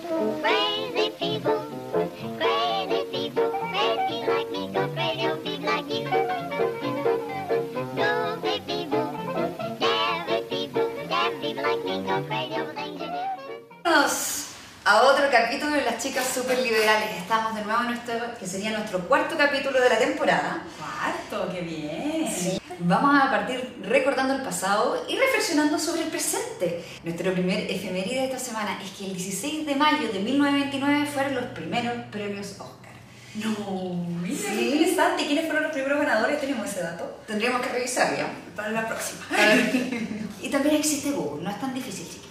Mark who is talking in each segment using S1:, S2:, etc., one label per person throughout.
S1: Crazy people, crazy people, crazy like me, go crazy, oh, big like you. Stupid people, daring people, daring people like me, go crazy over things you do.
S2: Bienvenidos a otro capítulo de las chicas super liberales. Estamos de nuevo en nuestro, que sería nuestro cuarto capítulo de la temporada.
S3: Cuarto, qué bien.
S2: Vamos a partir recordando el pasado y reflexionando sobre el presente. Nuestro primer efeméride de esta semana es que el 16 de mayo de 1929 fueron los primeros premios Oscar.
S3: No, mira
S2: Sí.
S3: qué interesante. ¿Quiénes fueron los primeros ganadores? Tenemos ese dato
S2: Tendríamos que revisarlo.
S3: para la próxima.
S2: y también existe Google, no es tan difícil, chiquillo.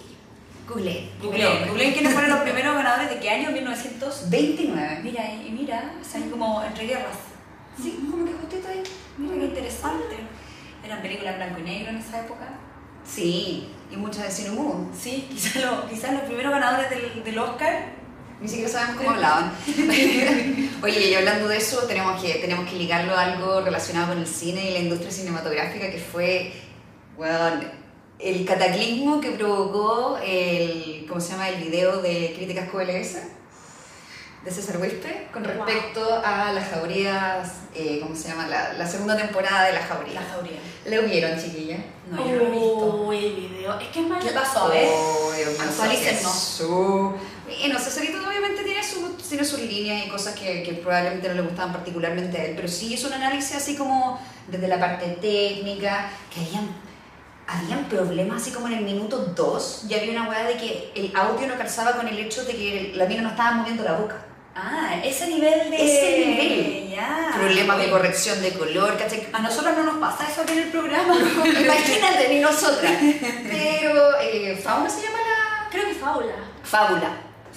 S2: Google.
S3: Googleen, googleen quiénes fueron los primeros ganadores de qué año, 1900.
S2: 29.
S3: Mira, eh, y mira, o sea, ahí como entre guerras.
S2: Sí, como que justito ahí.
S3: Mira qué interesante. Eran películas blanco y negro en esa época.
S2: Sí, y "Uh, muchas de cine mudo.
S3: Sí, quizás quizá los primeros ganadores del, del Oscar.
S2: Ni siquiera sabemos cómo hablaban. Oye, y hablando de eso, tenemos que, tenemos que ligarlo a algo relacionado con el cine y la industria cinematográfica, que fue, weón, el cataclismo que provocó el, ¿cómo se llama?, el video de Críticas QLS de César Huispe con
S3: Wow.
S2: respecto a las jaurías, eh, ¿cómo se llama?, la, la segunda temporada de las
S3: La
S2: jaurías.
S3: jauría.
S2: ¿Lo vieron, chiquilla?
S3: No, yo no lo he visto.
S4: Uy, video. Es que es malo.
S3: ¿Qué pasó? A ver.
S2: Oh, Dios mío,
S3: Actualícenos.
S2: su- Y no sé, Sarito obviamente tiene, su- tiene sus líneas y cosas que, que probablemente no le gustaban particularmente a él, pero sí hizo un análisis así como desde la parte técnica, que habían, habían problemas así como en el minuto 2, ya había una hueá de que el audio no calzaba con el hecho de que la mina no estaba moviendo la boca.
S3: Ah, ese nivel de.
S2: Ese nivel.
S3: Ya.
S2: Problemas de
S3: Oye,
S2: corrección de color, ¿cachai?
S3: A nosotros no nos pasa eso aquí en el programa.
S2: Imagínate, ni nosotras. Pero, eh, ¿Fauna se llama la...?
S4: Creo que Fábula.
S2: Fábula.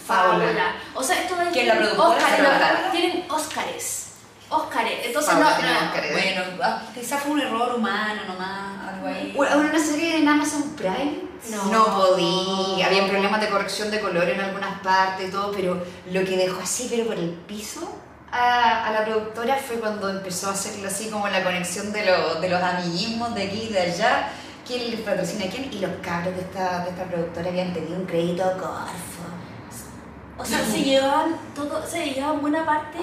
S4: Fábula. O sea, esto es.
S3: ¿Quién la productora?
S2: Fábula.
S4: Tienen Óscares. Óscares. Entonces
S2: Fábula,
S4: no.
S2: tienen
S4: no.
S2: Óscares.
S3: Bueno, ah, quizás fue un error humano nomás, algo ahí.
S2: ¿Una, una serie en Amazon Prime?
S4: No.
S2: podía. Había problemas de corrección de color en algunas partes y todo, pero lo que dejó así, pero por el piso, a, a la productora fue cuando empezó a hacerlo así como la conexión de, los- de los amiguismos de aquí y de allá. ¿Quién les patrocina a quién? Y los cabros de esta, de esta productora habían pedido un crédito a Corfo.
S4: O sea, se llevaban todo, se llevaban buena parte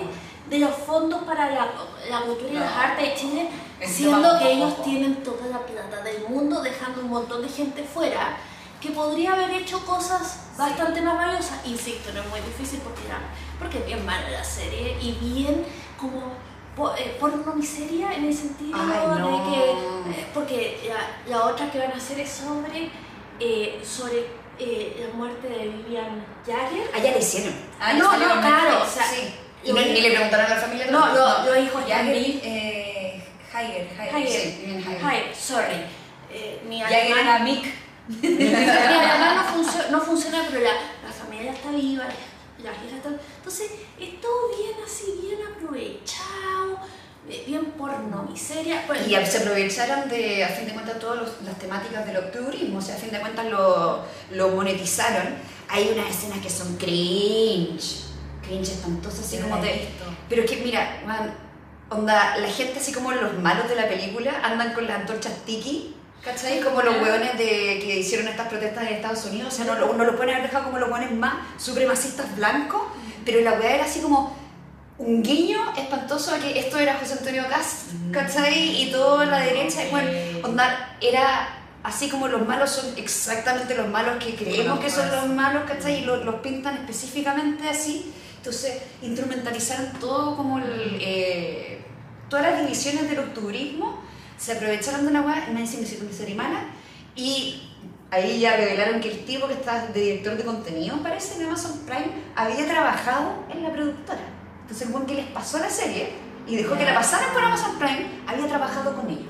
S4: de los fondos para la, la cultura y las
S3: No.
S4: artes de Chile,
S3: Encima
S4: siendo
S3: poco a
S4: que ellos
S3: poco.
S4: tienen toda la plata del mundo, dejando un montón de gente fuera, que podría haber hecho cosas bastante más valiosas. Insisto, no es muy difícil porque, era, porque es bien mala la serie y bien como po- eh, porno miseria en el sentido
S2: Ay, no.
S4: de que, eh, porque la, la otra que van a hacer es sobre, eh, sobre eh, la muerte de Vivian Jagger.
S2: Ah, ya le hicieron.
S3: Ah,
S4: no,
S3: salió
S4: no,
S3: en
S4: claro,
S3: Netflix.
S4: o sea,
S2: sí. Y no- ni le preguntaron a la familia.
S4: No, lo- los hijos
S3: Ya
S4: Jagger.
S3: vi, eh, Haiger, Haiger.
S4: Haiger.
S2: Sí, bien, eh, Jaime.
S4: Ay, sorry. Eh, mi
S3: Jagger
S4: alemán,
S3: era Mick.
S4: mi alemán no, funcio- no funciona, pero la, la familia está viva, la hija está. Entonces, es todo bien así, bien aprovechado, eh, bien porno, miseria. Bueno,
S2: Y se aprovecharon de, a fin de cuentas, todas los- las temáticas del octubrismo, o sea, a fin de cuentas lo, lo monetizaron. Hay unas escenas que son cringe, cringe espantosas, así
S3: Yo
S2: como
S3: la he
S2: de...
S3: visto.
S2: Pero es que, mira, man, onda, la gente así como los malos de la película andan con las antorchas tiki, ¿cachai? Como los hueones de, que hicieron estas protestas en Estados Unidos, o sea, no, lo- no los pueden haber dejado como los hueones más supremacistas blancos, pero la hueá era así como un guiño espantoso a que esto era José Antonio Cast, ¿cachai? Y toda la derecha, y bueno, onda, era así como los malos son exactamente los malos que creemos que son los malos, ¿cachai? Y lo- los, pintan específicamente así. Entonces, instrumentalizaron todo como el, eh, todas las divisiones del octubrismo, se aprovecharon de una hueá, me dicen miserimana, y ahí ya revelaron que el tipo que está de director de contenido, parece, en Amazon Prime, había trabajado en la productora. Entonces, el buen que les pasó la serie y dejó que la pasaran por Amazon Prime, había trabajado con ellos.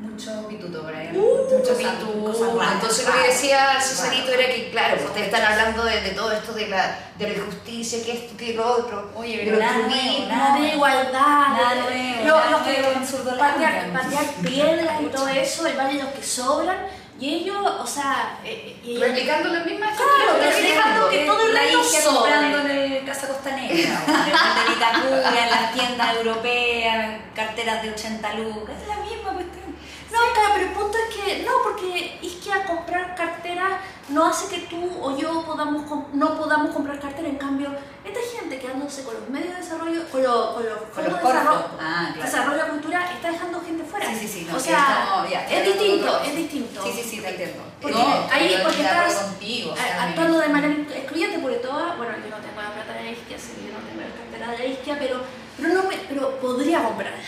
S3: Mucho pituto por ahí.
S2: Mucho
S3: Mucho
S2: pituto.
S3: cosas raras.
S2: Entonces lo que decía Cesarito
S3: Raras.
S2: era que, claro, ustedes están hablando de, de todo esto, de la, de la injusticia, que esto, que lo otro.
S3: Oye,
S2: de
S3: pero
S2: lo
S3: nada
S2: criminal.
S3: nuevo,
S4: Nada de igualdad,
S3: Nada
S4: de-
S3: nuevo,
S4: lo-
S3: nada
S4: los que
S3: nuevo en Surdolandia.
S4: patear, patear piedras y todo eso, y vale los que sobran, y ellos, o sea, eh, y ellos-
S2: Replicando las mismas
S4: Claro,
S2: estructuras
S4: pero
S2: que
S4: dejando que
S2: tenían.
S4: todo el
S3: la
S4: rato
S3: hija
S4: sobre.
S3: comprando en Casa Costanera, de Vitacura, en las tiendas europeas, carteras de 80 lucas, es la misma cuestión.
S2: No,
S4: cueca, pero el punto es que no, porque es que a comprar carteras no hace que tú o yo podamos com- no podamos comprar cartera. En cambio, esta gente quedándose con los medios de desarrollo, con, lo- con los
S2: Con los
S4: fondos de desarrollo,
S2: cortos. Ah, claro.
S4: desarrollo cultural, está dejando gente fuera.
S2: Sí, sí, sí. no,
S4: o
S2: sí,
S4: sea,
S2: estamos- ya,
S4: es
S2: hablando de
S4: distinto,
S2: otro-
S4: es distinto.
S2: Sí, sí, sí, te entiendo.
S4: Porque
S3: no,
S4: ahí,
S3: yo estoy
S4: porque
S3: de acuerdo
S4: estás-
S3: contigo, o sea,
S4: A-
S3: me-
S4: actuando de manera excluyente porque toda, bueno, yo no tengo la plata de la isquia, sí, yo no tengo la cartera de la isquia, pero, pero, no me, pero podría comprarla.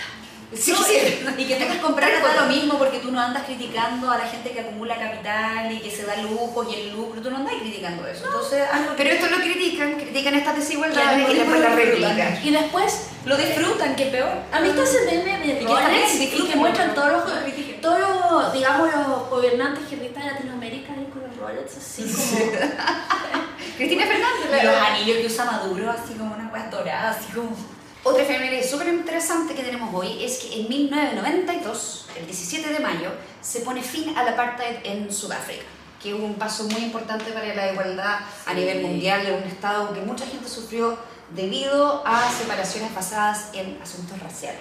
S2: Sí,
S3: No, eh,
S2: sí.
S3: y- Y que tengas que comprar no da lo mismo porque tú no andas criticando a la gente que acumula capital y que se da lujos y el lucro, tú no andas criticando eso. Entonces, haz lo que-
S2: Pero esto lo critican, critican estas
S3: Claro,
S2: desigualdades y
S3: porque
S2: después
S3: no
S2: las
S3: lo
S2: replican.
S3: replican.
S4: Y después,
S3: lo disfrutan, que es peor.
S4: a mí está ese meme de
S3: que también
S4: Rolex y
S3: critiquen,
S4: que muestran
S3: ¿no?
S4: todos los,
S3: No critiquen.
S4: todos los, digamos, los gobernantes que están en Latinoamérica ahí con los Rolex así como...
S2: Cristina Fernández.
S3: Y los
S2: la-
S3: anillos que usa Maduro, así como una hueá dorada, así como.
S2: Otra efeméride súper interesante que tenemos hoy es que en 1992, el 17 de mayo, se pone fin al apartheid en Sudáfrica, que es un paso muy importante para la igualdad a
S3: Sí.
S2: nivel mundial, en un estado que mucha gente sufrió debido a separaciones basadas en asuntos raciales.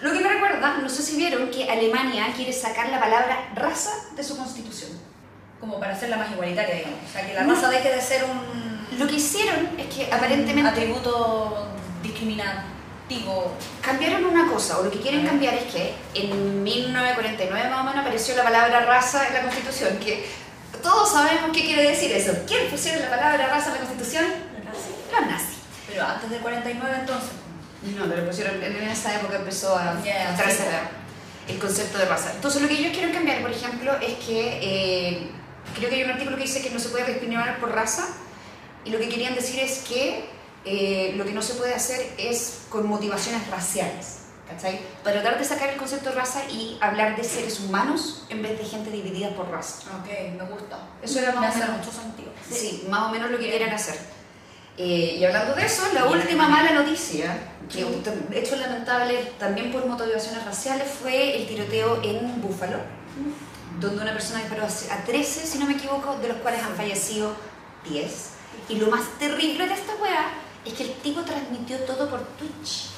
S2: Lo que me recuerda, no sé si vieron que Alemania quiere sacar la palabra raza de su constitución.
S3: como para hacerla más igualitaria, digamos. O sea, que la
S2: No.
S3: raza deje de ser un
S2: Lo que hicieron es que aparentemente
S3: atributo discriminativo.
S2: Cambiaron una cosa, o lo que quieren cambiar es que en 1949 más o menos apareció la palabra raza en la Constitución, que todos sabemos qué quiere decir eso. ¿Quién pusieron la palabra raza en la Constitución? Los nazis.
S3: Pero antes del 49 entonces.
S2: No, pero pusieron, en esa época empezó a
S3: Ya,
S2: a trascender el concepto de raza. Entonces lo que ellos quieren cambiar, por ejemplo, es que eh, creo que hay un artículo que dice que no se puede discriminar por raza, y lo que querían decir es que eh, lo que no se puede hacer es con motivaciones raciales, ¿cachai? Para tratar de sacar el concepto de raza y hablar de seres humanos en vez de gente dividida por raza.
S3: Ok, me gusta.
S2: Eso era más
S3: Me
S2: o
S3: hace
S2: menos-
S3: mucho sentido.
S2: Sí, más o menos lo que quieren hacer. Eh, y hablando de eso, la última mala noticia, que un t- hecho lamentable también por motivaciones raciales, fue el tiroteo en Búfalo,
S3: Mm.
S2: donde una persona disparó a a 13, si no me equivoco, de los cuales han fallecido 10. Y lo más terrible de esta weá es que el tipo transmitió todo por Twitch.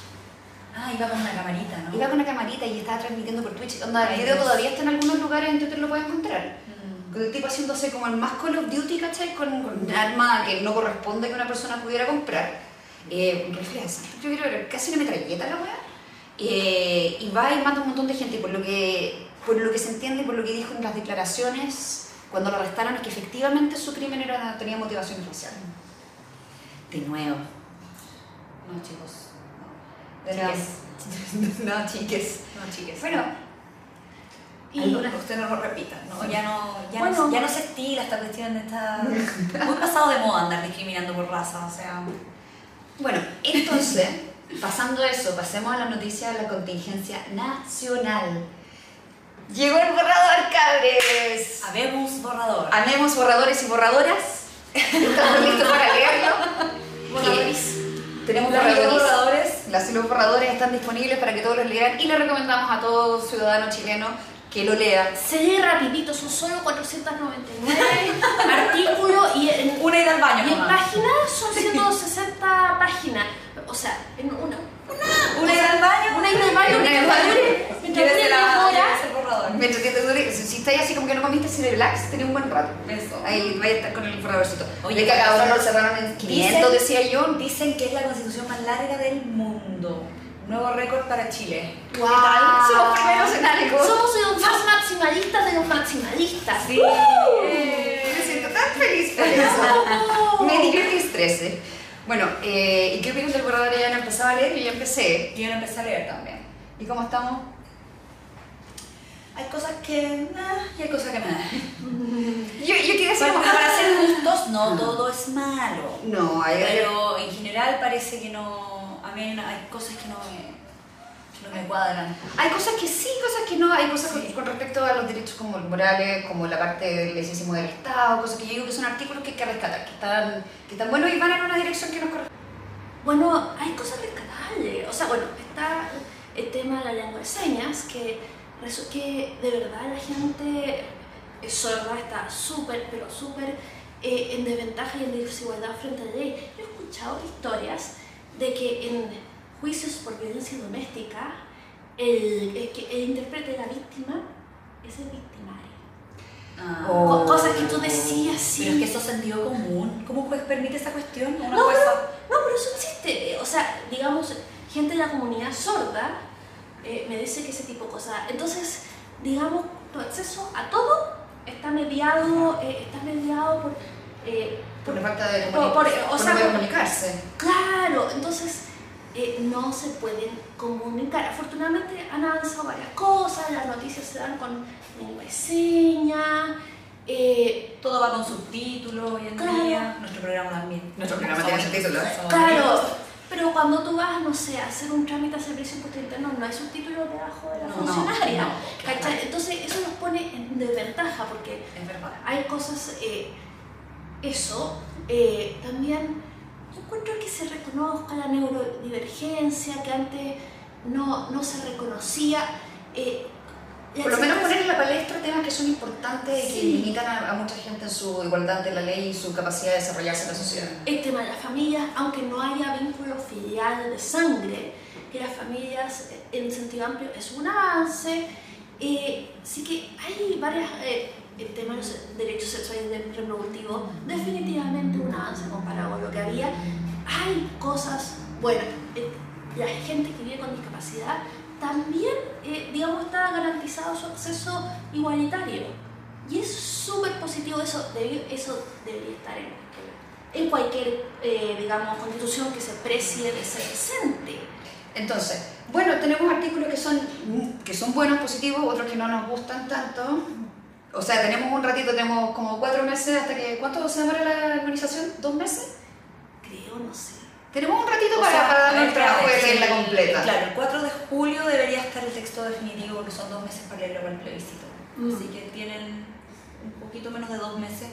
S3: Ah, iba con una camarita, ¿no?
S2: Iba con una camarita y estaba transmitiendo por Twitch. Onda, el
S3: Ay,
S2: video
S3: Dios.
S2: todavía está en algunos lugares en Twitter, lo puedes encontrar.
S3: Mm.
S2: Con el tipo haciéndose como el más Call of Duty, ¿cachai? Con, con un arma que no corresponde que una persona pudiera comprar. Eh, un rifle de asalto, yo creo que era casi una metralleta la weá. Eh, y va y mata un montón de gente. Y por lo que, por lo que se entiende y por lo que dijo en las declaraciones cuando lo arrestaron, es que efectivamente su crimen era, tenía motivación racial. De nuevo.
S3: No, chicos.
S2: De
S3: Chiques.
S2: nuevo. No, chiques.
S3: No, chiques.
S2: Bueno,
S4: Y-
S3: Algunas que usted no lo repita, ¿no? Ya no, ya,
S4: Bueno.
S3: no, ya no se estila esta cuestión de esta... Muy pasado de moda andar discriminando por raza, o sea...
S2: Bueno, entonces, pasando eso, pasemos a la noticia de la contingencia nacional. Llegó el borrador, cabres.
S3: Habemos borrador.
S2: Amemos borradores y borradoras. ¿Estamos listos para leerlo?
S4: Borradores.
S2: Eh, Tenemos
S3: Los
S2: borradores.
S3: borradores.
S2: Las- los borradores están disponibles para que todos los lean y le recomendamos a todo ciudadano chileno que lo lea.
S4: Se lee rapidito, son solo 499 artículos y en,
S3: Una ida al baño,
S4: Y en
S3: nomás.
S4: páginas son 160 páginas. O sea, en una. Una,
S3: Una
S4: o
S3: ida
S4: sea,
S3: al baño.
S4: Una ida al baño.
S2: Una ida al
S4: mientras
S2: baño.
S4: dure- Mientras
S3: ¿Quieres
S4: dure
S3: el
S4: diez horas.
S3: borrador?
S2: Mientras que te dure, si si estáis así como que no comiste Cineblax, tenía un buen rato.
S3: Eso.
S2: Ahí vaya a estar con el borradorcito.
S3: Oye,
S2: Oye, que acá ahora lo cerraron en 500,
S3: Dicen-
S2: decía yo.
S3: Dicen que es la constitución más larga del mundo. Nuevo récord para Chile.
S4: Guau.
S2: Somos primeros en algo.
S4: Somos los más maximalistas de los maximalistas.
S3: Sí.
S2: Me siento tan feliz por eso. Me diviertes 13. Bueno, eh, ¿y qué opinas del borrador? Ya no empezaba a leer, yo ya empecé.
S3: Yo lo empecé a leer también.
S2: ¿Y cómo estamos?
S3: Hay cosas que nah, y hay cosas que nada.
S2: Yo, yo quería decir
S3: Bueno,
S2: como
S3: para ser justos, no todo es malo.
S2: No, hay,
S3: Pero en general parece que no. A mí no- hay cosas que no me, que no me cuadran.
S2: hay cosas que sí, cosas que no. Hay cosas con-
S3: Sí.
S2: con, respecto a los derechos como morales, como la parte del laicismo del Estado, cosas que yo digo que son artículos que hay que rescatar, que están, que están buenos y van en una dirección que nos corresponde.
S4: Bueno, hay cosas rescatables. O sea, bueno, está el tema de la lengua de señas, que, resu- que de verdad la gente es sorda está súper, pero súper eh, en desventaja y en desigualdad frente a la ley. Yo he escuchado historias de que en juicios por violencia doméstica, el, el que- el intérprete de la víctima es el victimario.
S3: Ah.
S2: O-
S4: Co- Cosas que tú decías, sí.
S3: Pero es que eso es sentido común. ¿Cómo un juez permite esa cuestión? Una
S4: No,
S3: jueza-
S4: No, pero eso existe. eh, O sea, digamos, gente de la comunidad sorda eh, me dice que ese tipo de cosas. Entonces, digamos, tu acceso a todo está mediado, eh, está mediado por, eh,
S2: Por
S4: por-
S2: la falta de
S4: Por-
S2: comuni-
S4: por- o
S2: por
S4: sea,
S2: no poder
S4: por-
S2: comunicarse.
S4: Claro, entonces eh, no se pueden comunicar. Afortunadamente han avanzado varias cosas, las noticias se dan con lengua de señas, eh,
S3: Todo va con subtítulos hoy en
S4: Claro.
S3: día. Nuestro programa también.
S2: Nuestro programa tiene subtítulos.
S3: Somos
S4: claro,
S3: amigos.
S4: pero cuando tú vas, no sé, a hacer un trámite a servicio impuesto interno, no hay subtítulos debajo de la
S3: No,
S4: funcionaria.
S3: no, no,
S4: ¿cachai?
S3: claro.
S4: Entonces eso nos pone en desventaja porque
S2: Es verdad.
S4: hay cosas, eh, eso, eh, también yo encuentro que se reconozca la neurodivergencia que antes no, no se reconocía. eh, la
S2: Por lo menos
S4: existencia-
S2: poner en la palestra temas que son importantes y que
S4: Sí.
S2: limitan a, a mucha gente en su igualdad ante la ley y su capacidad de desarrollarse en la sociedad.
S4: el tema de las familias, aunque no haya vínculo filial de sangre, que las familias eh, en sentido amplio es un avance. Eh, sí que hay varias, eh, el tema de los derechos sexuales y reproductivos, definitivamente un avance comparado con lo que había. Hay cosas, bueno, eh, la gente que vive con discapacidad también, eh, digamos, está garantizado su acceso igualitario. Y eso es súper positivo, eso, debi- eso debería estar en cualquier, en cualquier eh, digamos, constitución que se precie de ser decente.
S2: Entonces, bueno, tenemos artículos que son, que son buenos, positivos, otros que no nos gustan tanto. O sea, tenemos un ratito, tenemos como cuatro meses hasta que... ¿Cuánto se demora la armonización? ¿Dos meses?
S4: Creo, no sé.
S2: Tenemos un ratito
S3: O
S2: para,
S3: sea,
S2: para
S3: a ver,
S2: darnos el trabajo de
S3: espérate,
S2: leerla
S3: el-
S2: completa.
S3: Claro, el 4 de julio debería estar el texto definitivo porque son dos meses para leerlo para el plebiscito.
S4: Mm.
S3: Así que tienen un poquito menos de dos meses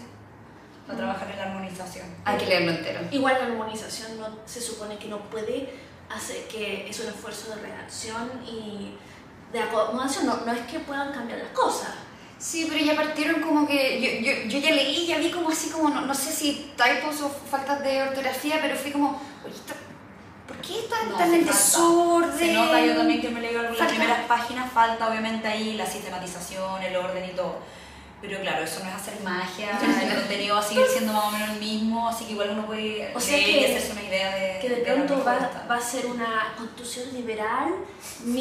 S3: para
S4: Mm.
S3: trabajar en la armonización.
S2: Hay que leerlo entero.
S4: Igual la armonización no, se supone que no puede hacer que es un esfuerzo de redacción y de acomodación, no, no es que puedan cambiar las cosas.
S2: Sí, pero ya partieron como que. Yo, yo, yo ya leí, ya vi como así como, no, no sé si typos o faltas de ortografía, pero fui como, oye, esta- ¿por qué está
S3: No,
S2: tan
S3: se
S2: en
S3: nota.
S2: desorden?
S3: Se nota, yo también que me leo algunas
S2: Falta.
S3: primeras páginas, falta obviamente ahí la sistematización, el orden y todo. Pero claro, eso no es hacer magia, el contenido va a seguir siendo más o menos el mismo, así que igual uno puede
S4: O sea
S3: leer y
S4: que-
S3: hacerse una idea de...
S4: Que de
S3: la
S4: pronto va,
S3: propuesta.
S4: va a ser una constitución liberal,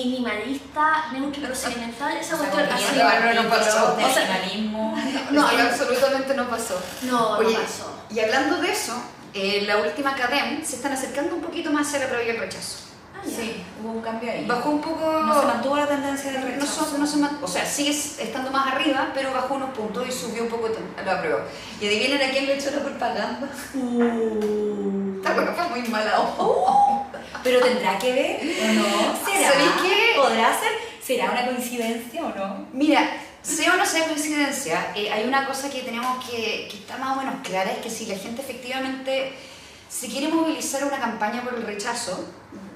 S4: minimalista, neutra procedimental, esa
S3: O sea,
S4: cuestión así.
S2: contenido liberal. no, no, no pasó.
S3: de
S4: O sea-
S3: nacionalismo.
S4: No,
S2: Es que
S4: no.
S2: absolutamente no pasó.
S4: No,
S2: Oye,
S4: no pasó.
S2: Y hablando de eso, eh, la última CADEM se están acercando un poquito más hacia la prueba y el rechazo.
S4: Ah, ya.
S3: Sí, hubo un cambio ahí.
S2: Bajó un poco.
S3: No se mantuvo la tendencia del
S2: No
S3: rechazo.
S2: son, no son más- o sea, sigue estando más arriba, pero bajó unos puntos y subió un poco t- la prueba. Y adivinen a quién le echó la propaganda. Esta bueno, fue muy mala
S3: Pero tendrá que ver o no. ¿Será?
S2: ¿Sabéis qué?
S3: ¿Podrá ser? ¿Será una coincidencia o no?
S2: Mira, sea o no sea coincidencia, eh, hay una cosa que tenemos que, que está más o menos clara, es que si la gente efectivamente se quiere movilizar una campaña por el rechazo,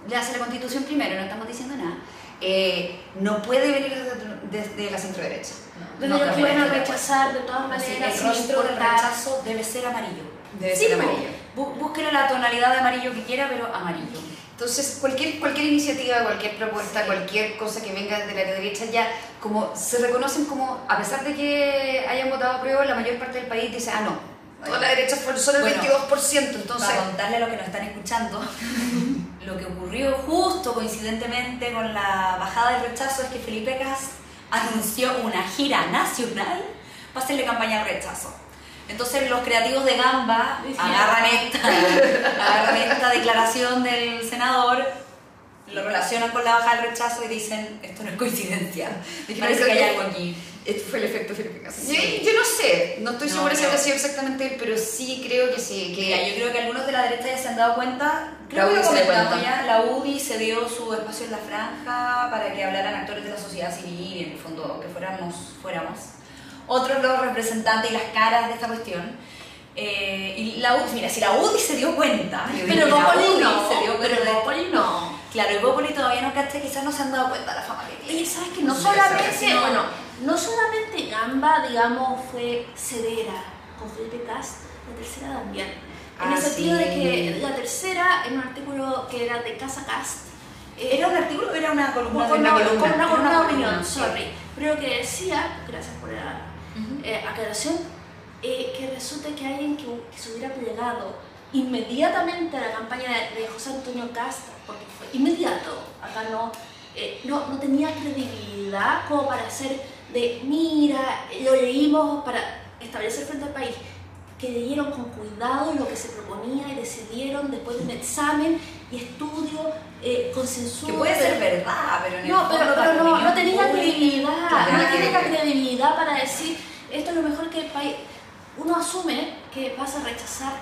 S2: le hace la constitución primero, no estamos diciendo nada, eh, no puede venir desde, desde la centro derecha.
S4: Pero
S2: No,
S4: lo
S2: también
S4: pueden
S2: hay que
S4: rechazar de todas
S3: Así que
S4: maneras,
S3: el
S4: sin
S3: rostro del
S4: importar.
S3: rechazo debe ser amarillo.
S2: Debe
S4: Sí,
S2: ser
S4: po.
S2: amarillo.
S3: Bú- Búsquele la tonalidad de amarillo que quiera, pero amarillo.
S2: Entonces, cualquier, cualquier iniciativa, cualquier propuesta, cualquier cosa que venga de la derecha, ya como se reconocen como, a pesar de que hayan votado a prueba, la mayor parte del país dice, ah, no, toda la derecha fue solo el
S3: Bueno,
S2: 22%, entonces...
S3: Para contarle a los que nos están escuchando, lo que ocurrió justo coincidentemente con la bajada del rechazo es que Felipe Cas anunció una gira nacional para hacerle campaña al rechazo. Entonces los creativos de Gamba agarran esta, agarran esta declaración del senador, lo relacionan con la bajada del rechazo y dicen, esto no es coincidencia, parece que hay algo aquí.
S2: Este fue el efecto Felipe Casas.
S3: Sí.
S2: Yo- Yo, no sé, no estoy
S3: No,
S2: segura si
S3: no.
S2: ha sido exactamente él, pero sí creo que sí. Que
S3: Mira, yo creo que algunos de la derecha ya se han dado cuenta.
S2: La
S3: Creo que lo
S2: UDI se dio
S3: comentamos
S2: cuenta.
S3: ya. La UDI se dio su espacio en la franja para que hablaran actores de la sociedad civil y en el fondo que fuéramos, fuéramos. Otros los representantes y las caras de esta cuestión. Eh, y la UDI, mira, si la UDI se dio cuenta, yo digo
S4: Pero
S3: que la UDI
S4: Bopoli no,
S3: se dio cuenta.
S4: pero Bopoli no.
S3: Claro, y Bópoli todavía no cacha, quizás no se han dado cuenta de la fama que tiene.
S4: Y sabes que no
S2: Sí,
S4: solamente,
S2: sí, sí.
S4: bueno, no solamente Gamba, digamos, fue severa con Felipe Cas, la tercera también. En
S2: Ah,
S4: el sentido
S2: sí.
S4: de que la tercera, en un artículo que era de Casa Cast, eh,
S3: ¿Era un artículo o era una columna?
S4: con una,
S2: una columna,
S4: con una
S2: una
S4: columna de
S2: columna,
S4: opinión,
S2: sí.
S4: sorry. Pero que decía, gracias por la eh, aclaración, eh, que resulta que alguien que, que se hubiera plegado inmediatamente a la campaña de, de José Antonio Castro, porque fue inmediato, acá no, eh, no, no tenía credibilidad como para hacer de, mira, lo leímos para establecer frente al país, que leyeron con cuidado lo que se proponía y decidieron después de un examen y estudio eh, consensuado.
S3: Que puede ser verdad, pero en el
S4: No, pero,
S3: fondo
S4: pero
S3: la
S4: no, no
S3: opinión
S4: tenía
S3: pública-
S4: credibilidad,
S3: Claro.
S4: no tenía credibilidad para decir esto es lo mejor que el país. Uno asume que vas a rechazar,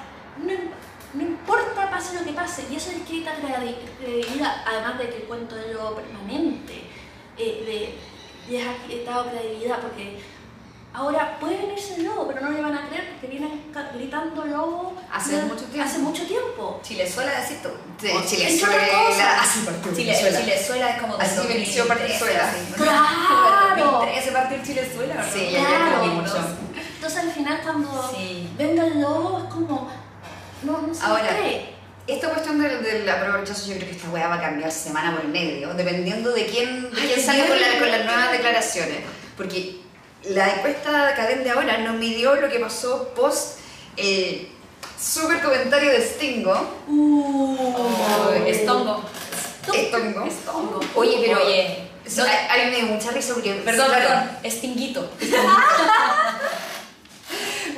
S4: no, im- no importa pase lo que pase, y eso es quita credi- credibilidad, además de que el cuento es lo permanente, eh, le, les ha quitado credibilidad porque ahora puede venirse el lobo, pero no le van a creer porque vienen ca- gritando lobo
S2: Hace
S4: de-
S2: mucho tiempo.
S4: Hace mucho tiempo.
S3: Chilezuela, decís tú.
S2: Sí,
S3: O-
S2: Chile
S4: es otra cosa.
S2: Suela. Así partió
S3: Chile,
S2: Venezuela.
S3: Chilezuela es como del
S2: Así venció
S3: 2013,
S2: Venezuela.
S3: así, ¿no?
S4: ¡Claro!
S3: 2013 partió Chilezuela, ¿verdad?
S2: Sí,
S4: ya Claro.
S2: como mucho.
S4: Entonces al final cuando
S3: Sí.
S4: venga el lobo es como, no, no se lo
S2: Ahora,
S4: cree.
S2: Esta cuestión del, del apruebo rechazo, yo creo que esta weá va a cambiar semana por el medio, dependiendo de quién, de
S3: Ay,
S2: quién
S3: qué
S2: sale con, la-
S3: nervio.
S2: con las nuevas declaraciones. Porque la encuesta cadena de ahora no midió lo que pasó post el super comentario de Stingo.
S1: Oh.
S4: Uh,
S2: Ay,
S3: Estongo.
S2: Stingo.
S3: Estongo.
S2: Oye, pero.
S3: Oh, Oye.
S2: Oh. Sí,
S3: no-
S2: a, a mí me dio mucha risa porque.
S3: Perdón,
S2: claro,
S3: perdón. Estinguito.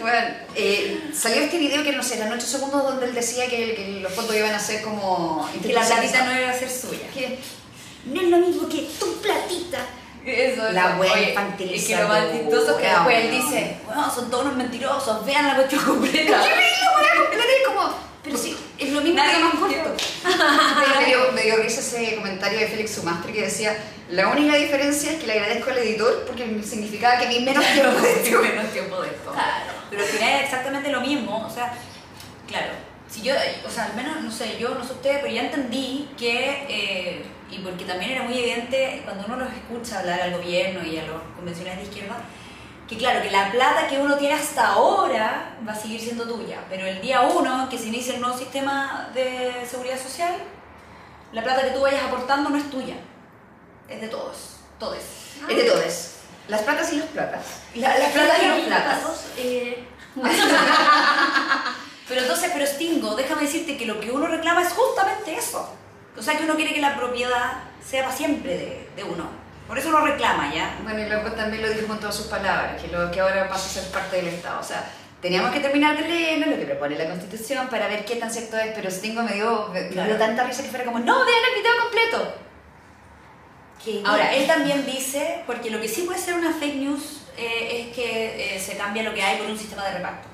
S2: Bueno, eh, salió este video que no sé, eran 8 segundos donde él decía que, que los fotos iban a ser como.
S3: Que la platita no iba a ser suya.
S2: Que-
S1: No es lo mismo que tu platita.
S3: Eso,
S2: La
S3: eso.
S2: wea
S3: Oye, Y que
S2: infantilizadora,
S3: lo más chistoso es que después él
S2: weón.
S3: dice, bueno, son todos unos mentirosos, vean la cuestión
S2: ¿Qué
S3: completa.
S2: veis la weá completa? Es como. Pero sí, es lo mismo
S3: Nadie
S2: que más
S3: me
S2: corto. me, dio, me dio risa ese comentario de Félix Sumastre que decía: La única diferencia es que le agradezco al editor porque significaba que vi menos tiempo de este
S3: Tengo
S2: weón".
S3: menos tiempo de esto.
S4: Claro.
S3: Pero al final es exactamente lo mismo, o sea, claro, si yo, o sea, al menos, no sé, yo, no sé ustedes, pero ya entendí que, eh, y porque también era muy evidente cuando uno los escucha hablar al gobierno y a los convencionales de izquierda, que claro, que la plata que uno tiene hasta ahora va a seguir siendo tuya, pero el día uno que se inicia el nuevo sistema de seguridad social, la plata que tú vayas aportando no es tuya, es de todos, todos.
S2: Es de todos. Las platas y los platas.
S4: Ah,
S3: las platas y los platas.
S4: platos, eh,
S3: Pero entonces, pero Stingo, déjame decirte que lo que uno reclama es justamente eso. O sea, que uno quiere que la propiedad sea para siempre de, de uno. Por eso lo reclama, ¿ya?
S2: Bueno, y luego también lo dijo con todas sus palabras, que, lo, que ahora pasa a ser parte del Estado. O sea, teníamos que terminar de leernos lo que propone la Constitución para ver qué tan cierto es, pero Stingo me dio, me dio
S3: Claro.
S2: tanta risa que fuera como, no, vean el video completo. ¿Qué?
S3: Ahora, él también dice, porque lo que sí puede ser una fake news eh, es que eh, se cambia lo que hay por un sistema de reparto.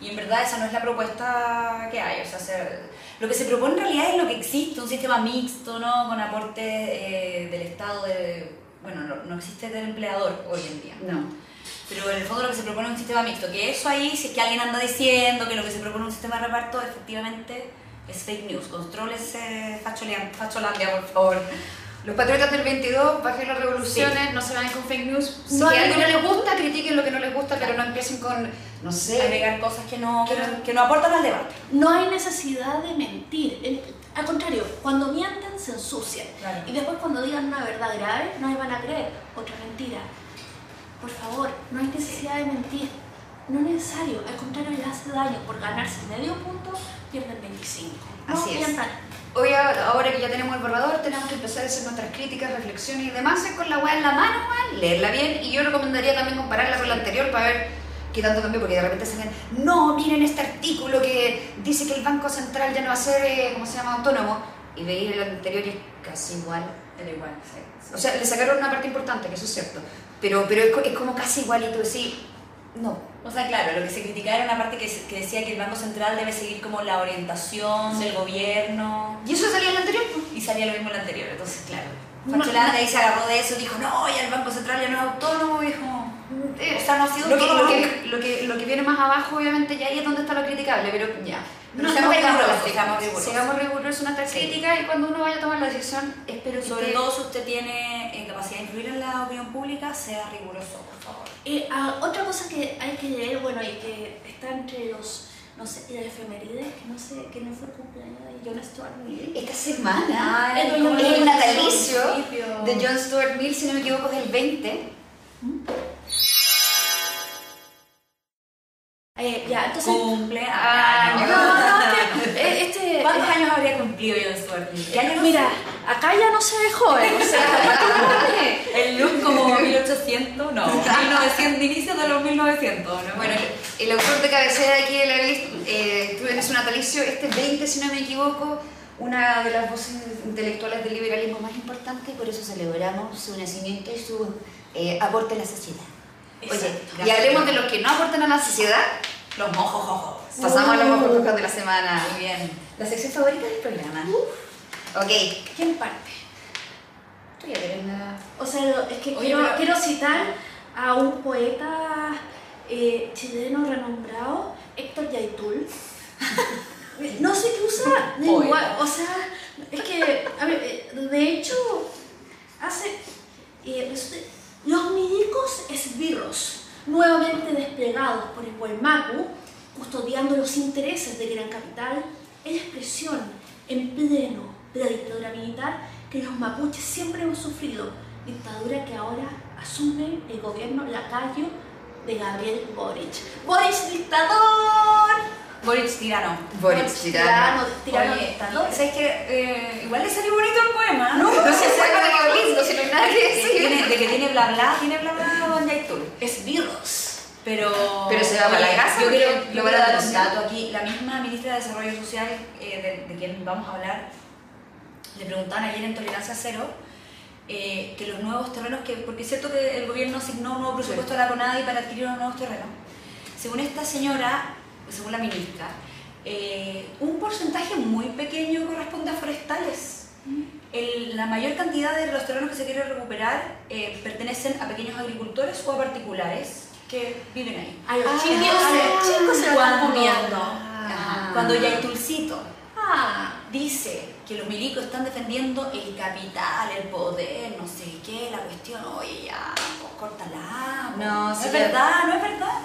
S3: Y en verdad esa no es la propuesta que hay. O sea, se- lo que se propone en realidad es lo que existe, un sistema mixto, ¿no? Con aporte eh, del Estado, de, bueno, no, no existe del empleador hoy en día.
S2: No.
S3: Pero en el fondo lo que se propone es un sistema mixto, que eso ahí, si es que alguien anda diciendo que lo que se propone es un sistema de reparto, efectivamente es fake news. Contrólese facholean- facholandia, por favor.
S2: Los patriotas del 22, bajen las revoluciones, no se vayan con fake news. Si
S3: No
S2: a
S3: hay-
S2: alguien no les gusta, critiquen lo que no les gusta, pero no empiecen con, no sé.
S3: Agregar cosas que no, que
S2: Claro.
S3: no, que no aportan al debate.
S4: no hay necesidad de mentir. En- Al contrario, cuando mienten se ensucian.
S3: Claro.
S4: Y después cuando digan una verdad grave, no les van a creer otra mentira. Por favor, no hay necesidad de mentir. No es necesario. Al contrario, les hace daño. Por ganarse medio punto, pierden 25. No
S2: Así es.
S4: mientan.
S2: Hoy, a- ahora que ya tenemos el borrador, tenemos que empezar a hacer nuestras críticas, reflexiones y demás, es con la weá en la mano, weón, leerla bien. Y yo recomendaría también compararla con la anterior para ver qué tanto cambió, porque de repente salen, no, miren este artículo que dice que el Banco Central ya no va a ser, eh, ¿cómo se llama?, autónomo. Y veis el anterior y es casi igual.
S3: Al igual, sí.
S2: O sea, le sacaron una parte importante, que eso es cierto. Pero, pero es, co- es como casi igualito, sí. No,
S3: O sea, claro, lo que se criticaba era una parte que, se- que decía que el Banco Central debe seguir como la orientación del gobierno.
S2: Y eso salía en el anterior. pues.
S3: Y salía lo mismo en la anterior, entonces, claro.
S4: No,
S3: Facholandia ahí se agarró de eso y dijo, no, ya el Banco Central ya no es autónomo, hijo.
S2: Eh,
S3: O sea, no ha sido
S2: lo que,
S3: todo
S2: lo, que, lo, que, lo que viene más abajo, obviamente, ya ahí es donde está lo criticable, pero ya.
S3: No,
S2: seamos
S3: no pegamos,
S2: rigurosos,
S3: seamos rigurosos.
S2: Seamos rigurosos en nuestra
S3: Sí.
S2: crítica y cuando uno vaya a tomar la decisión, espero que
S3: Sobre
S2: esté-
S3: todo si usted tiene eh, capacidad de influir en la opinión pública, sea riguroso, por favor.
S4: Eh, ah, otra cosa que hay que leer, bueno, y que está entre los, no sé, las efemerides, que no sé, que no fue el cumpleaños de John Stuart Mill.
S2: Esta semana
S4: Ay,
S2: es
S4: como
S2: el
S4: el
S2: natalicio
S3: municipio.
S2: de John Stuart Mill, si no me equivoco, es el 20.
S4: Eh, ya, entonces.
S3: Cumple
S2: Ah,
S4: No,
S3: años.
S4: no, es que, eh, este.
S3: ¿Cuántos años habría cumplido yo en su orden? ¿Qué año no
S4: Mira, acá ya no se ve joven, o sea,
S3: sé? El look como 1800, no, 1900, inicio de los 1900, ¿no?
S2: Bueno, el autor de cabecera aquí de la lista, eh, tú eres un natalicio, este 20, si no me equivoco, una de las voces intelectuales del liberalismo más importante, y por eso celebramos su nacimiento y su eh, aporte a la sociedad. Oye,
S3: Exacto.
S2: y hablemos de los que no aportan a la sociedad,
S3: los mojos,
S2: pasamos a los
S4: Uh.
S2: mejores de la semana.
S3: Muy bien.
S2: La sección favorita del programa. Ok,
S4: ¿quién parte?
S2: tú ya tenés la...
S4: O sea, lo- es que
S3: Oye,
S4: quiero,
S3: pero-
S4: quiero citar a un poeta eh, chileno renombrado, Héctor Yaitul. No sé qué usa lengua, o sea, es que, a ver, eh, de hecho, hace. eh, resulta- los milicos esbirros, nuevamente desplegados por el buen Macu, custodiando los intereses de Gran Capital, es la expresión en pleno de la dictadura militar que los mapuches siempre han sufrido, dictadura que ahora asume el gobierno lacayo de Gabriel Boric. ¡Boric dictador!
S3: Boric Tirano.
S2: Boric Tirano.
S4: tirano
S3: Oye,
S4: dictador.
S3: ¿sabes qué? Eh, igual le salió bonito el poema.
S2: No, no se
S3: sabe
S2: saca de que lindo, si no hay nada que
S3: De que tiene-
S2: decir.
S3: de que tiene bla bla, tiene bla bla Don Yaitul.
S4: Esbirros.
S3: Pero,
S2: Pero se va para la casa,
S3: Yo
S2: porque
S3: quiero,
S2: lo
S3: yo
S2: van a
S3: quiero dar un
S2: denunciar.
S3: dato aquí. La misma ministra de Desarrollo Social, eh, de, de quien vamos a hablar, le preguntaban ayer en Tolerancia Cero eh, que los nuevos terrenos que. Porque es cierto que el gobierno asignó un nuevo presupuesto a la CONADI para adquirir unos nuevos terrenos. Según esta señora, según la ministra, eh, un porcentaje muy pequeño corresponde a forestales.
S4: Mm.
S3: El- la mayor cantidad de los terrenos que se quiere recuperar eh, pertenecen a pequeños agricultores o a particulares que viven ahí.
S4: A los
S2: Ah,
S4: chicos, a los chicos se lo están
S3: Cuando-
S4: comiendo.
S3: Ajá. Cuando Yaitulcito
S4: Ah,
S3: dice que los milicos están defendiendo el capital, el poder, no sé qué, la cuestión, oye, ya, pues, córtala. pues.
S2: No,
S3: no
S2: sí,
S3: es
S2: ya-
S3: verdad, no es verdad.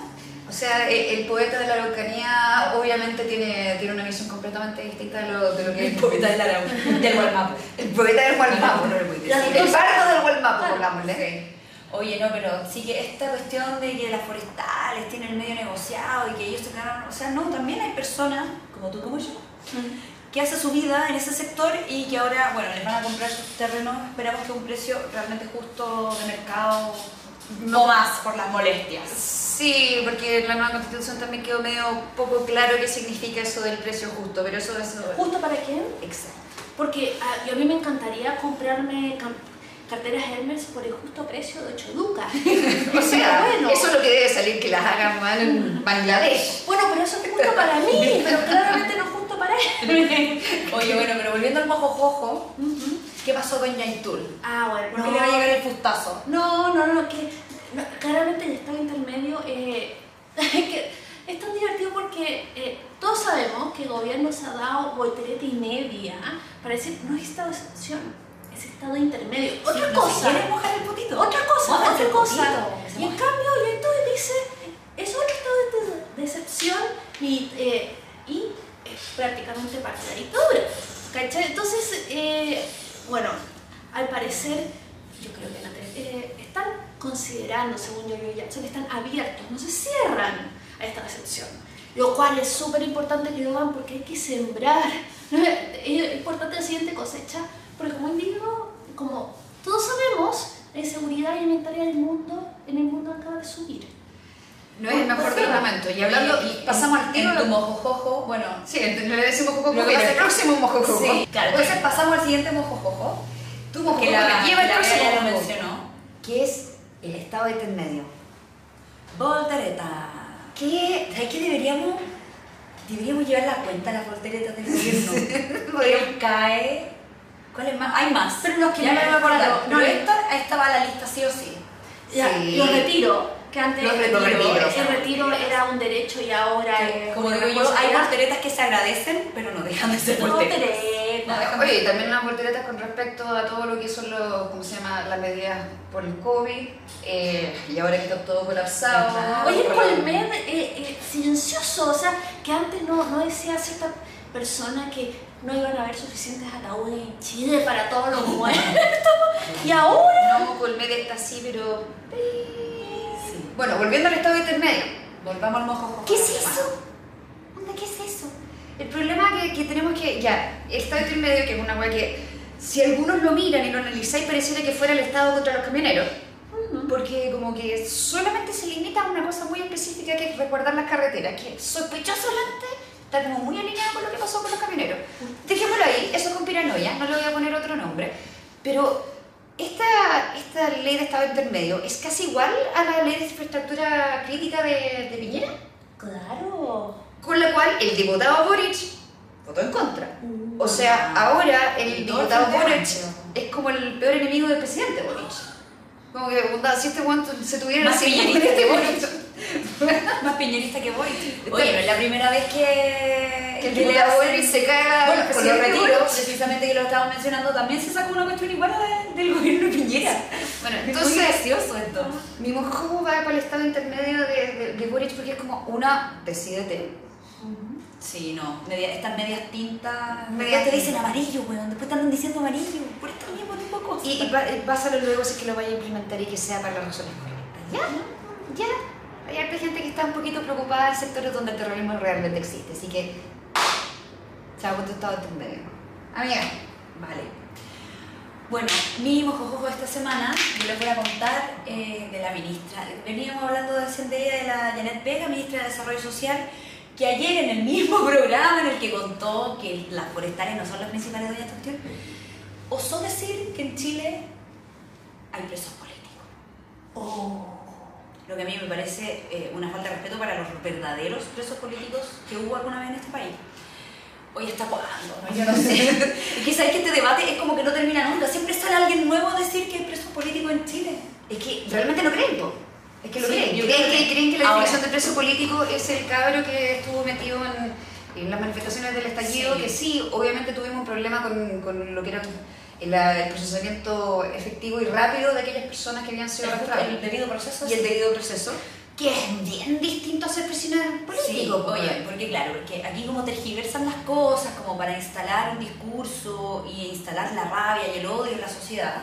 S2: O sea, e- el, poeta de la Araucanía obviamente tiene, tiene una visión completamente distinta de lo, de lo que es el poeta del Araucanía.
S3: Del Gualmapu.
S2: El poeta del Gualmapu, no lo voy a
S4: Las
S2: decir. El
S4: dos-
S2: bardo del Gualmapu, pongámosle.
S3: Oye, no, pero sí que esta cuestión de que las forestales tienen el medio negociado y que ellos se quedaron. O sea, no, también hay personas, como tú, como yo, que hace su vida en ese sector y que ahora, bueno, les van a comprar sus terrenos, esperamos que a un precio realmente justo de mercado, no más por las molestias.
S2: Sí, porque en la nueva constitución también quedó medio poco claro qué significa eso del precio justo, pero eso es...
S4: ¿justo para quién?
S2: Exacto.
S4: Porque ah, yo a mí me encantaría comprarme cam- carteras Hermes por el justo precio de 8 lucas.
S2: O sea,
S4: bueno.
S2: eso es lo que debe salir, que las hagan mal en Bangladesh.
S4: Bueno, pero eso es justo para mí, pero claramente no es justo para él.
S3: Oye, bueno, pero volviendo al mojojojo, ¿qué pasó con Yaitul?
S4: ah, bueno,
S3: ¿Por
S4: no.
S3: qué le va a llegar el fustazo?
S4: No, no, no, que no, claramente el estado intermedio eh, que es tan divertido porque eh, todos sabemos que el gobierno se ha dado voltereta y media para decir no es estado de excepción, es estado intermedio. Otra
S3: Si no se
S4: cosa,
S3: quiere mojar el putito.
S4: otra cosa,
S3: Mójate
S4: otra
S3: el
S4: cosa.
S3: putito, que se
S4: Y en
S3: moje.
S4: cambio, y entonces dice, es otro estado de, de excepción y, eh, y es prácticamente parte de la dictadura. ¿Cachai? Entonces, eh, bueno, al parecer, yo creo que la tele- eh, están considerando, según yo, yo Jackson, están abiertos, no se cierran a esta excepción. Lo cual es súper importante que lo hagan porque hay que sembrar. Es importante la siguiente cosecha, porque como individuo, como todos sabemos, la inseguridad alimentaria del mundo, en el mundo acaba de subir.
S2: No es el mejor del momento. Y hablando,
S3: Oye, y-
S2: pasamos al
S3: En tu
S2: tiro.
S3: mojojojo, bueno,
S2: Sí, entonces le decimos coco,
S3: Lo
S2: coco,
S3: que
S2: el
S3: le-
S2: próximo mojococo.
S3: Sí, claro. Entonces pasamos al siguiente mojojojo.
S2: Tú, mojococo,
S3: Que la,
S2: me lleva el
S3: la
S2: próximo
S3: Bea ya lo
S2: mojococo.
S3: mencionó.
S2: ¿Qué es el estado intermedio?
S3: Voltereta.
S2: ¿Qué?
S3: ¿Sabes qué deberíamos? Deberíamos llevar la cuenta de las volteretas del gobierno.
S2: Podríamos-
S3: Cae. ¿Cuál es más? Hay más.
S4: Pero los que
S3: ya
S4: no-
S3: me voy a acordar.
S4: claro,
S3: pero
S4: no-
S3: esta, esta va a la lista sí o sí.
S4: Ya,
S2: Sí.
S4: Los retiro, que antes
S2: Los
S4: el
S2: retiros, los
S4: el retiro era un derecho y ahora es
S3: Como
S4: una
S3: digo yo,
S4: cosa
S3: hay
S4: que-
S3: volteretas que se agradecen, pero no dejan de ser
S4: No,
S3: volteretas.
S4: Teresa.
S2: Oye, y también unas volteretas con respecto a todo lo que son los, ¿cómo se llama? Las medidas por el COVID, eh, y ahora que está todo colapsado.
S3: Claro.
S4: Oye,
S2: Con-
S4: Colmed, eh, eh, silencioso, o sea, que antes no, no decía cierta persona que no iban a haber suficientes ataúdes en Chile para todos los muertos. y ahora
S2: No, Colmede está así, pero... Bueno, volviendo al estado intermedio.
S3: Volvamos al mojo.
S2: ¿Qué es eso? Onda, ¿qué es eso? El problema que, que tenemos que... Ya, el estado intermedio, que es una weá que... Si algunos lo miran y lo analizáis, pareciera que fuera el estado contra los camioneros. Porque como que solamente se limita a una cosa muy específica que es resguardar las carreteras, que sospechosamente está como muy alineado con lo que pasó con los camioneros. Dejémoslo ahí, eso es con piranoia, no le voy a poner otro nombre. Pero esta, esta ley de estado intermedio es casi igual a la ley de infraestructura crítica de, de Piñera,
S4: Claro.
S2: con la cual el diputado Boric votó en contra. O sea, ahora el
S3: Ah. Todo
S2: diputado
S3: frente
S2: Boric
S3: amplio.
S2: es como el peor enemigo del presidente Boric. Como que, onda, si este weón tu- se tuviera
S3: Más
S2: así,
S3: piñerista
S2: este
S3: que
S2: Boric.
S3: Más piñerista que voy. Oye, pero es la primera vez que.
S2: Que el
S3: que le
S2: diputado
S3: hacen-
S2: Boric se caga
S3: Bueno,
S2: al
S3: con los
S2: presidente
S3: retiros,
S2: Boric.
S3: precisamente que lo estábamos mencionando, también se sacó una cuestión igual a la del gobierno de Piñera.
S2: Bueno,
S3: es muy
S2: entonces,
S3: gracioso esto.
S2: Mi mojo va para el estado intermedio de, de, de Boric porque es como una, decídete.
S3: Sí, no. media- estas medias tintas.
S2: Medias
S3: Medias te dicen
S2: tintas.
S3: amarillo, weón. Después te andan diciendo amarillo. Por esto mismo tipo de cosas.
S2: Y, y pa- y pásalo luego si es que lo vaya a implementar y que sea para las razones correctas. Ya, ya. Hay harta gente que está un poquito preocupada en sectores donde el terrorismo realmente existe. Así que, chao con tu estado intermedio. Amiga,
S3: Vale. Bueno, mi mojojojo esta semana, yo les voy a contar eh, de la ministra. Veníamos hablando de hace- de ella, de la Janet Vega, ministra de Desarrollo Social, que ayer en el mismo programa en el que contó que las forestales no son las principales de esta cuestión, osó decir que en Chile hay presos políticos. Oh. Lo que a mí me parece eh, una falta de respeto para los verdaderos presos políticos que hubo alguna vez en este país. Hoy está cuándo, ¿no? yo no sé. es que sabes que este debate es como que no termina nunca. Siempre sale alguien nuevo a decir que hay presos políticos en Chile.
S2: es que eh, realmente lo creen, po. Es que lo
S3: Sí,
S2: creen.
S3: yo
S2: ¿Creen
S3: creo
S2: que,
S3: que-
S2: creen que la
S3: Ahora.
S2: definición de preso político es el cabro que estuvo metido en, en las manifestaciones del estallido?
S3: Sí.
S2: Que sí, obviamente tuvimos un problema con, con lo que era el, el procesamiento efectivo y rápido de aquellas personas que habían sido arrastradas.
S3: El debido proceso.
S2: y el debido proceso, que es bien distinto a ser prisionero
S3: Sí,
S2: político. po,
S3: oye,
S2: weón.
S3: porque claro, porque aquí como tergiversan las cosas, como para instalar un discurso y instalar la rabia y el odio en la sociedad,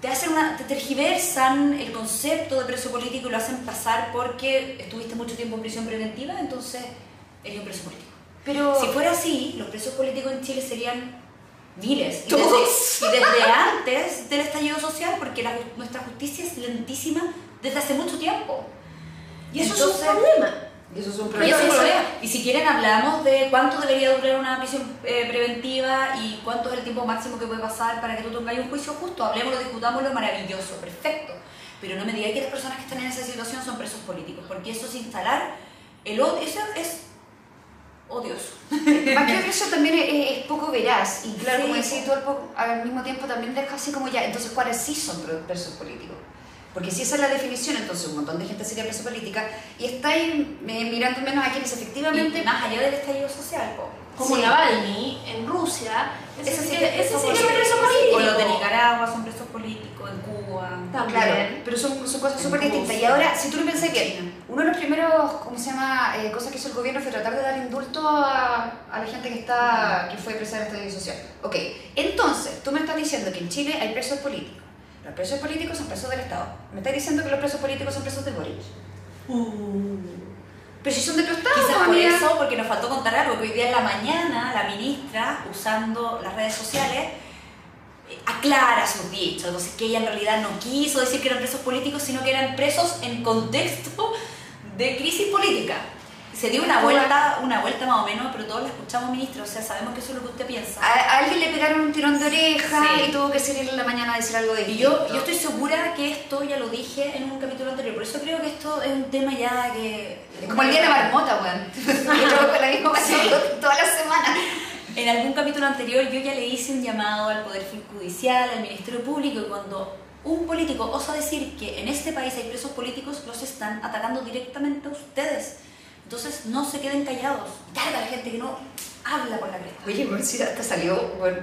S3: te hacen una, te tergiversan el concepto de preso político y lo hacen pasar porque estuviste mucho tiempo en prisión preventiva, entonces eres un preso político.
S2: pero
S3: Si fuera así, los presos políticos en Chile serían miles. Y
S2: Todos.
S3: desde, y desde antes del estallido social, porque la ju- nuestra justicia es lentísima desde hace mucho tiempo.
S4: Y eso
S3: Entonces-
S4: es un problema.
S2: y eso es un
S3: Y,
S2: problema.
S3: eso es un problema. Y si quieren hablamos de cuánto debería durar una prisión eh, preventiva y cuánto es el tiempo máximo que puede pasar para que tú tengas un juicio justo. Hablemoslo, discutámoslo, maravilloso, perfecto. Pero no me digáis que las personas que están en esa situación son presos políticos, porque eso es instalar el odio, eso es odioso.
S2: Más que eso también es, es- es poco veraz y claro,
S3: Sí.
S2: como decís tú al, po- al mismo tiempo también deja así como ya, entonces cuáles sí son pro- presos políticos. Porque si esa es la definición, entonces un montón de gente sería preso política y estáis eh, mirando menos a quienes efectivamente...
S3: Y más allá del estallido social, po.
S4: Como
S2: Sí.
S4: Navalny en Rusia, ese,
S3: Ese sí
S4: sí-
S3: que es
S4: ese sí
S3: preso
S4: que es
S3: político.
S4: preso político.
S3: O los de Nicaragua son presos políticos, en Cuba.
S4: También.
S2: Claro, pero son, son cosas súper distintas. Y ahora, si tú lo pensás bien, uno de los primeros, ¿cómo se llama?, eh, cosas que hizo el gobierno fue tratar de dar indulto a, a la gente que está que fue presa en estallido social. Ok, entonces, tú me estás diciendo que en Chile hay presos políticos. Los presos políticos son presos del Estado. Me estás diciendo que los presos políticos son presos de Boric. Pero si son de tu Estado,
S3: Uh. Quizás por
S2: amiga.
S3: eso, porque nos faltó contar algo, que hoy día en la mañana la ministra, usando las redes sociales, eh, aclara sus dichos. Entonces, que ella en realidad no quiso decir que eran presos políticos, sino que eran presos en contexto de crisis política. Se dio una vuelta, una vuelta más o menos, pero todos la escuchamos, ministra, o sea, sabemos que eso es lo que usted piensa.
S2: A, a alguien le pegaron un tirón de oreja
S3: Sí.
S2: y tuvo que salir en la mañana a decir algo de
S3: Y yo, yo estoy segura que esto ya lo dije en un capítulo anterior, por eso creo que esto es un tema ya que...
S2: Es como el día de la marmota, weón. Yo trabajo con la misma pasión toda la semana.
S3: En algún capítulo anterior yo ya le hice un llamado al Poder Judicial, al Ministerio Público, y cuando un político osa decir que en este país hay presos políticos, los están atacando directamente a ustedes. Entonces no se queden callados. Carga a la gente que no habla con la cresta.
S2: Oye, bueno, sí, hasta salió, bueno,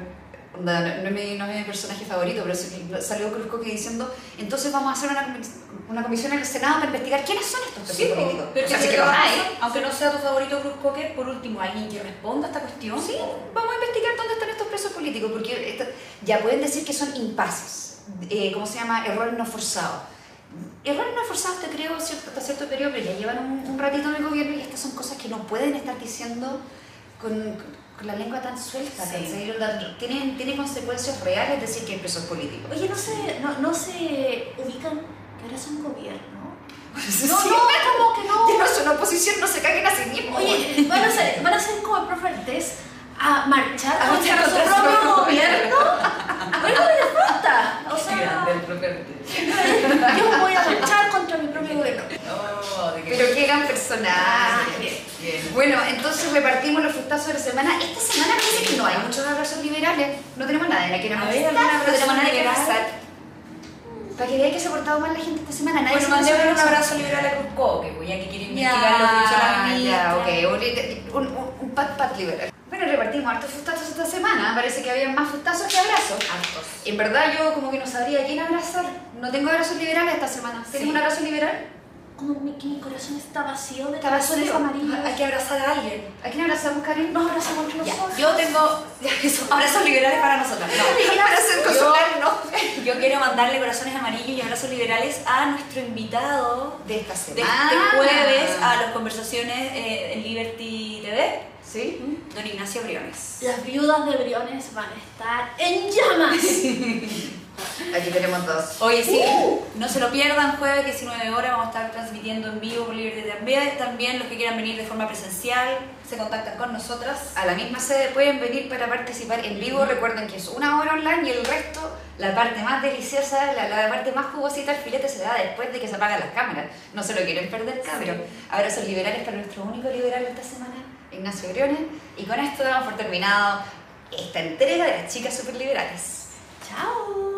S2: Onda, no, no es mi, no es mi personaje favorito, pero se- salió Cruzco que diciendo, entonces vamos a hacer una, comis- una comisión en el Senado para investigar quiénes son estos presos
S3: Sí, po,
S2: políticos.
S3: pero
S2: O sea,
S3: que
S2: si
S3: te
S2: te bajáis,
S3: bajas, aunque no sea tu favorito Cruz Cocker, por último, alguien que responda a esta cuestión.
S2: Sí, vamos a investigar dónde están estos presos políticos, porque esto- ya pueden decir que son impases, eh, ¿cómo se llama? Errores no forzados. Errores no forzados te creo cierto- hasta cierto periodo, pero ya llevan un, un ratito en el gobierno y estas son cosas que no pueden estar diciendo con, con la lengua tan suelta.
S3: Sí.
S2: ¿cachai? Onda, Tienen, tiene consecuencias reales decir que hay presos políticos.
S4: Oye, no se, no, no se ubican que ahora son gobierno.
S2: Sí.
S4: No, no, como que no.
S2: Ya no son oposición, no se caguen a sí mismos.
S4: Oye, van a ser, van a ser como el profe Artés a marchar
S2: A
S4: contra
S2: marchar
S4: su
S2: contra su
S4: propio
S2: propio
S4: gobierno. Bueno, me disfruta. O
S3: Grande el
S4: sea,
S3: Cruz Cocker.
S4: yo voy a marchar contra mi propio gobierno.
S3: Oh, de que-
S2: Pero Ah, qué gran
S4: Ah,
S2: personaje.
S3: Ah, Bien.
S2: Bueno, entonces repartimos los frutazos de la semana. Esta semana parece que no hay muchos abrazos liberales. No tenemos nada de la que
S3: A
S2: nos
S3: ver,
S2: gusta,
S3: ¿algún
S2: no
S3: abrazo
S2: tenemos nada que
S3: liberal?
S2: abrazar. Para que veáis que se ha portado mal la gente esta semana. Nadie
S3: Bueno,
S2: se puso
S3: mandémosle un
S2: abrazos.
S3: abrazo liberal a Cruz Cocker, pues, ya que quiere
S2: Ya,
S3: investigar lo que hizo la ministra.
S2: ya, ok. Un, un, un pat pat liberal. Bueno, repartimos hartos frutazos esta semana. Parece que había más frutazos que abrazos.
S3: Hartos.
S2: En verdad yo como que no sabría a quién abrazar. No tengo abrazos liberales esta semana. ¿Tienes
S3: Sí.
S2: un abrazo liberal?
S4: Como mi, que mi corazón está vacío de
S2: Está vacío.
S4: corazones amarillos.
S3: Hay que abrazar a alguien.
S2: ¿A quién abrazamos, Karen?
S4: Nos abrazamos entre
S3: Ya,
S4: nosotros.
S3: Yo tengo ya, eso, abrazos liberales para nosotras. No.
S2: ¿Quién abrazar con
S3: Yo-
S2: solar? No.
S3: Yo quiero mandarle corazones amarillos y abrazos liberales a nuestro invitado
S2: De Ah. esta
S3: de este
S2: semana.
S3: jueves a las conversaciones eh, en Liberty TV,
S2: ¿Sí?
S3: don Ignacio Briones.
S4: Las viudas de Briones van a estar en llamas.
S2: Aquí tenemos dos.
S3: Oye, sí,
S2: Uh.
S3: no se lo pierdan, jueves 19 horas vamos a estar transmitiendo en vivo por Liberty TV. También los que quieran venir de forma presencial se contactan con nosotras.
S2: A la misma sede pueden venir para participar en vivo. Recuerden que es una hora online y el resto, la parte más deliciosa, la, la parte más jugosita, el filete se da después de que se apagan las cámaras. No se lo quieren perder, cabrón. Abrazos liberales para nuestro único liberal de esta semana, Ignacio Briones. Y con esto damos por terminado esta entrega de las chicas superliberales.
S4: Chao.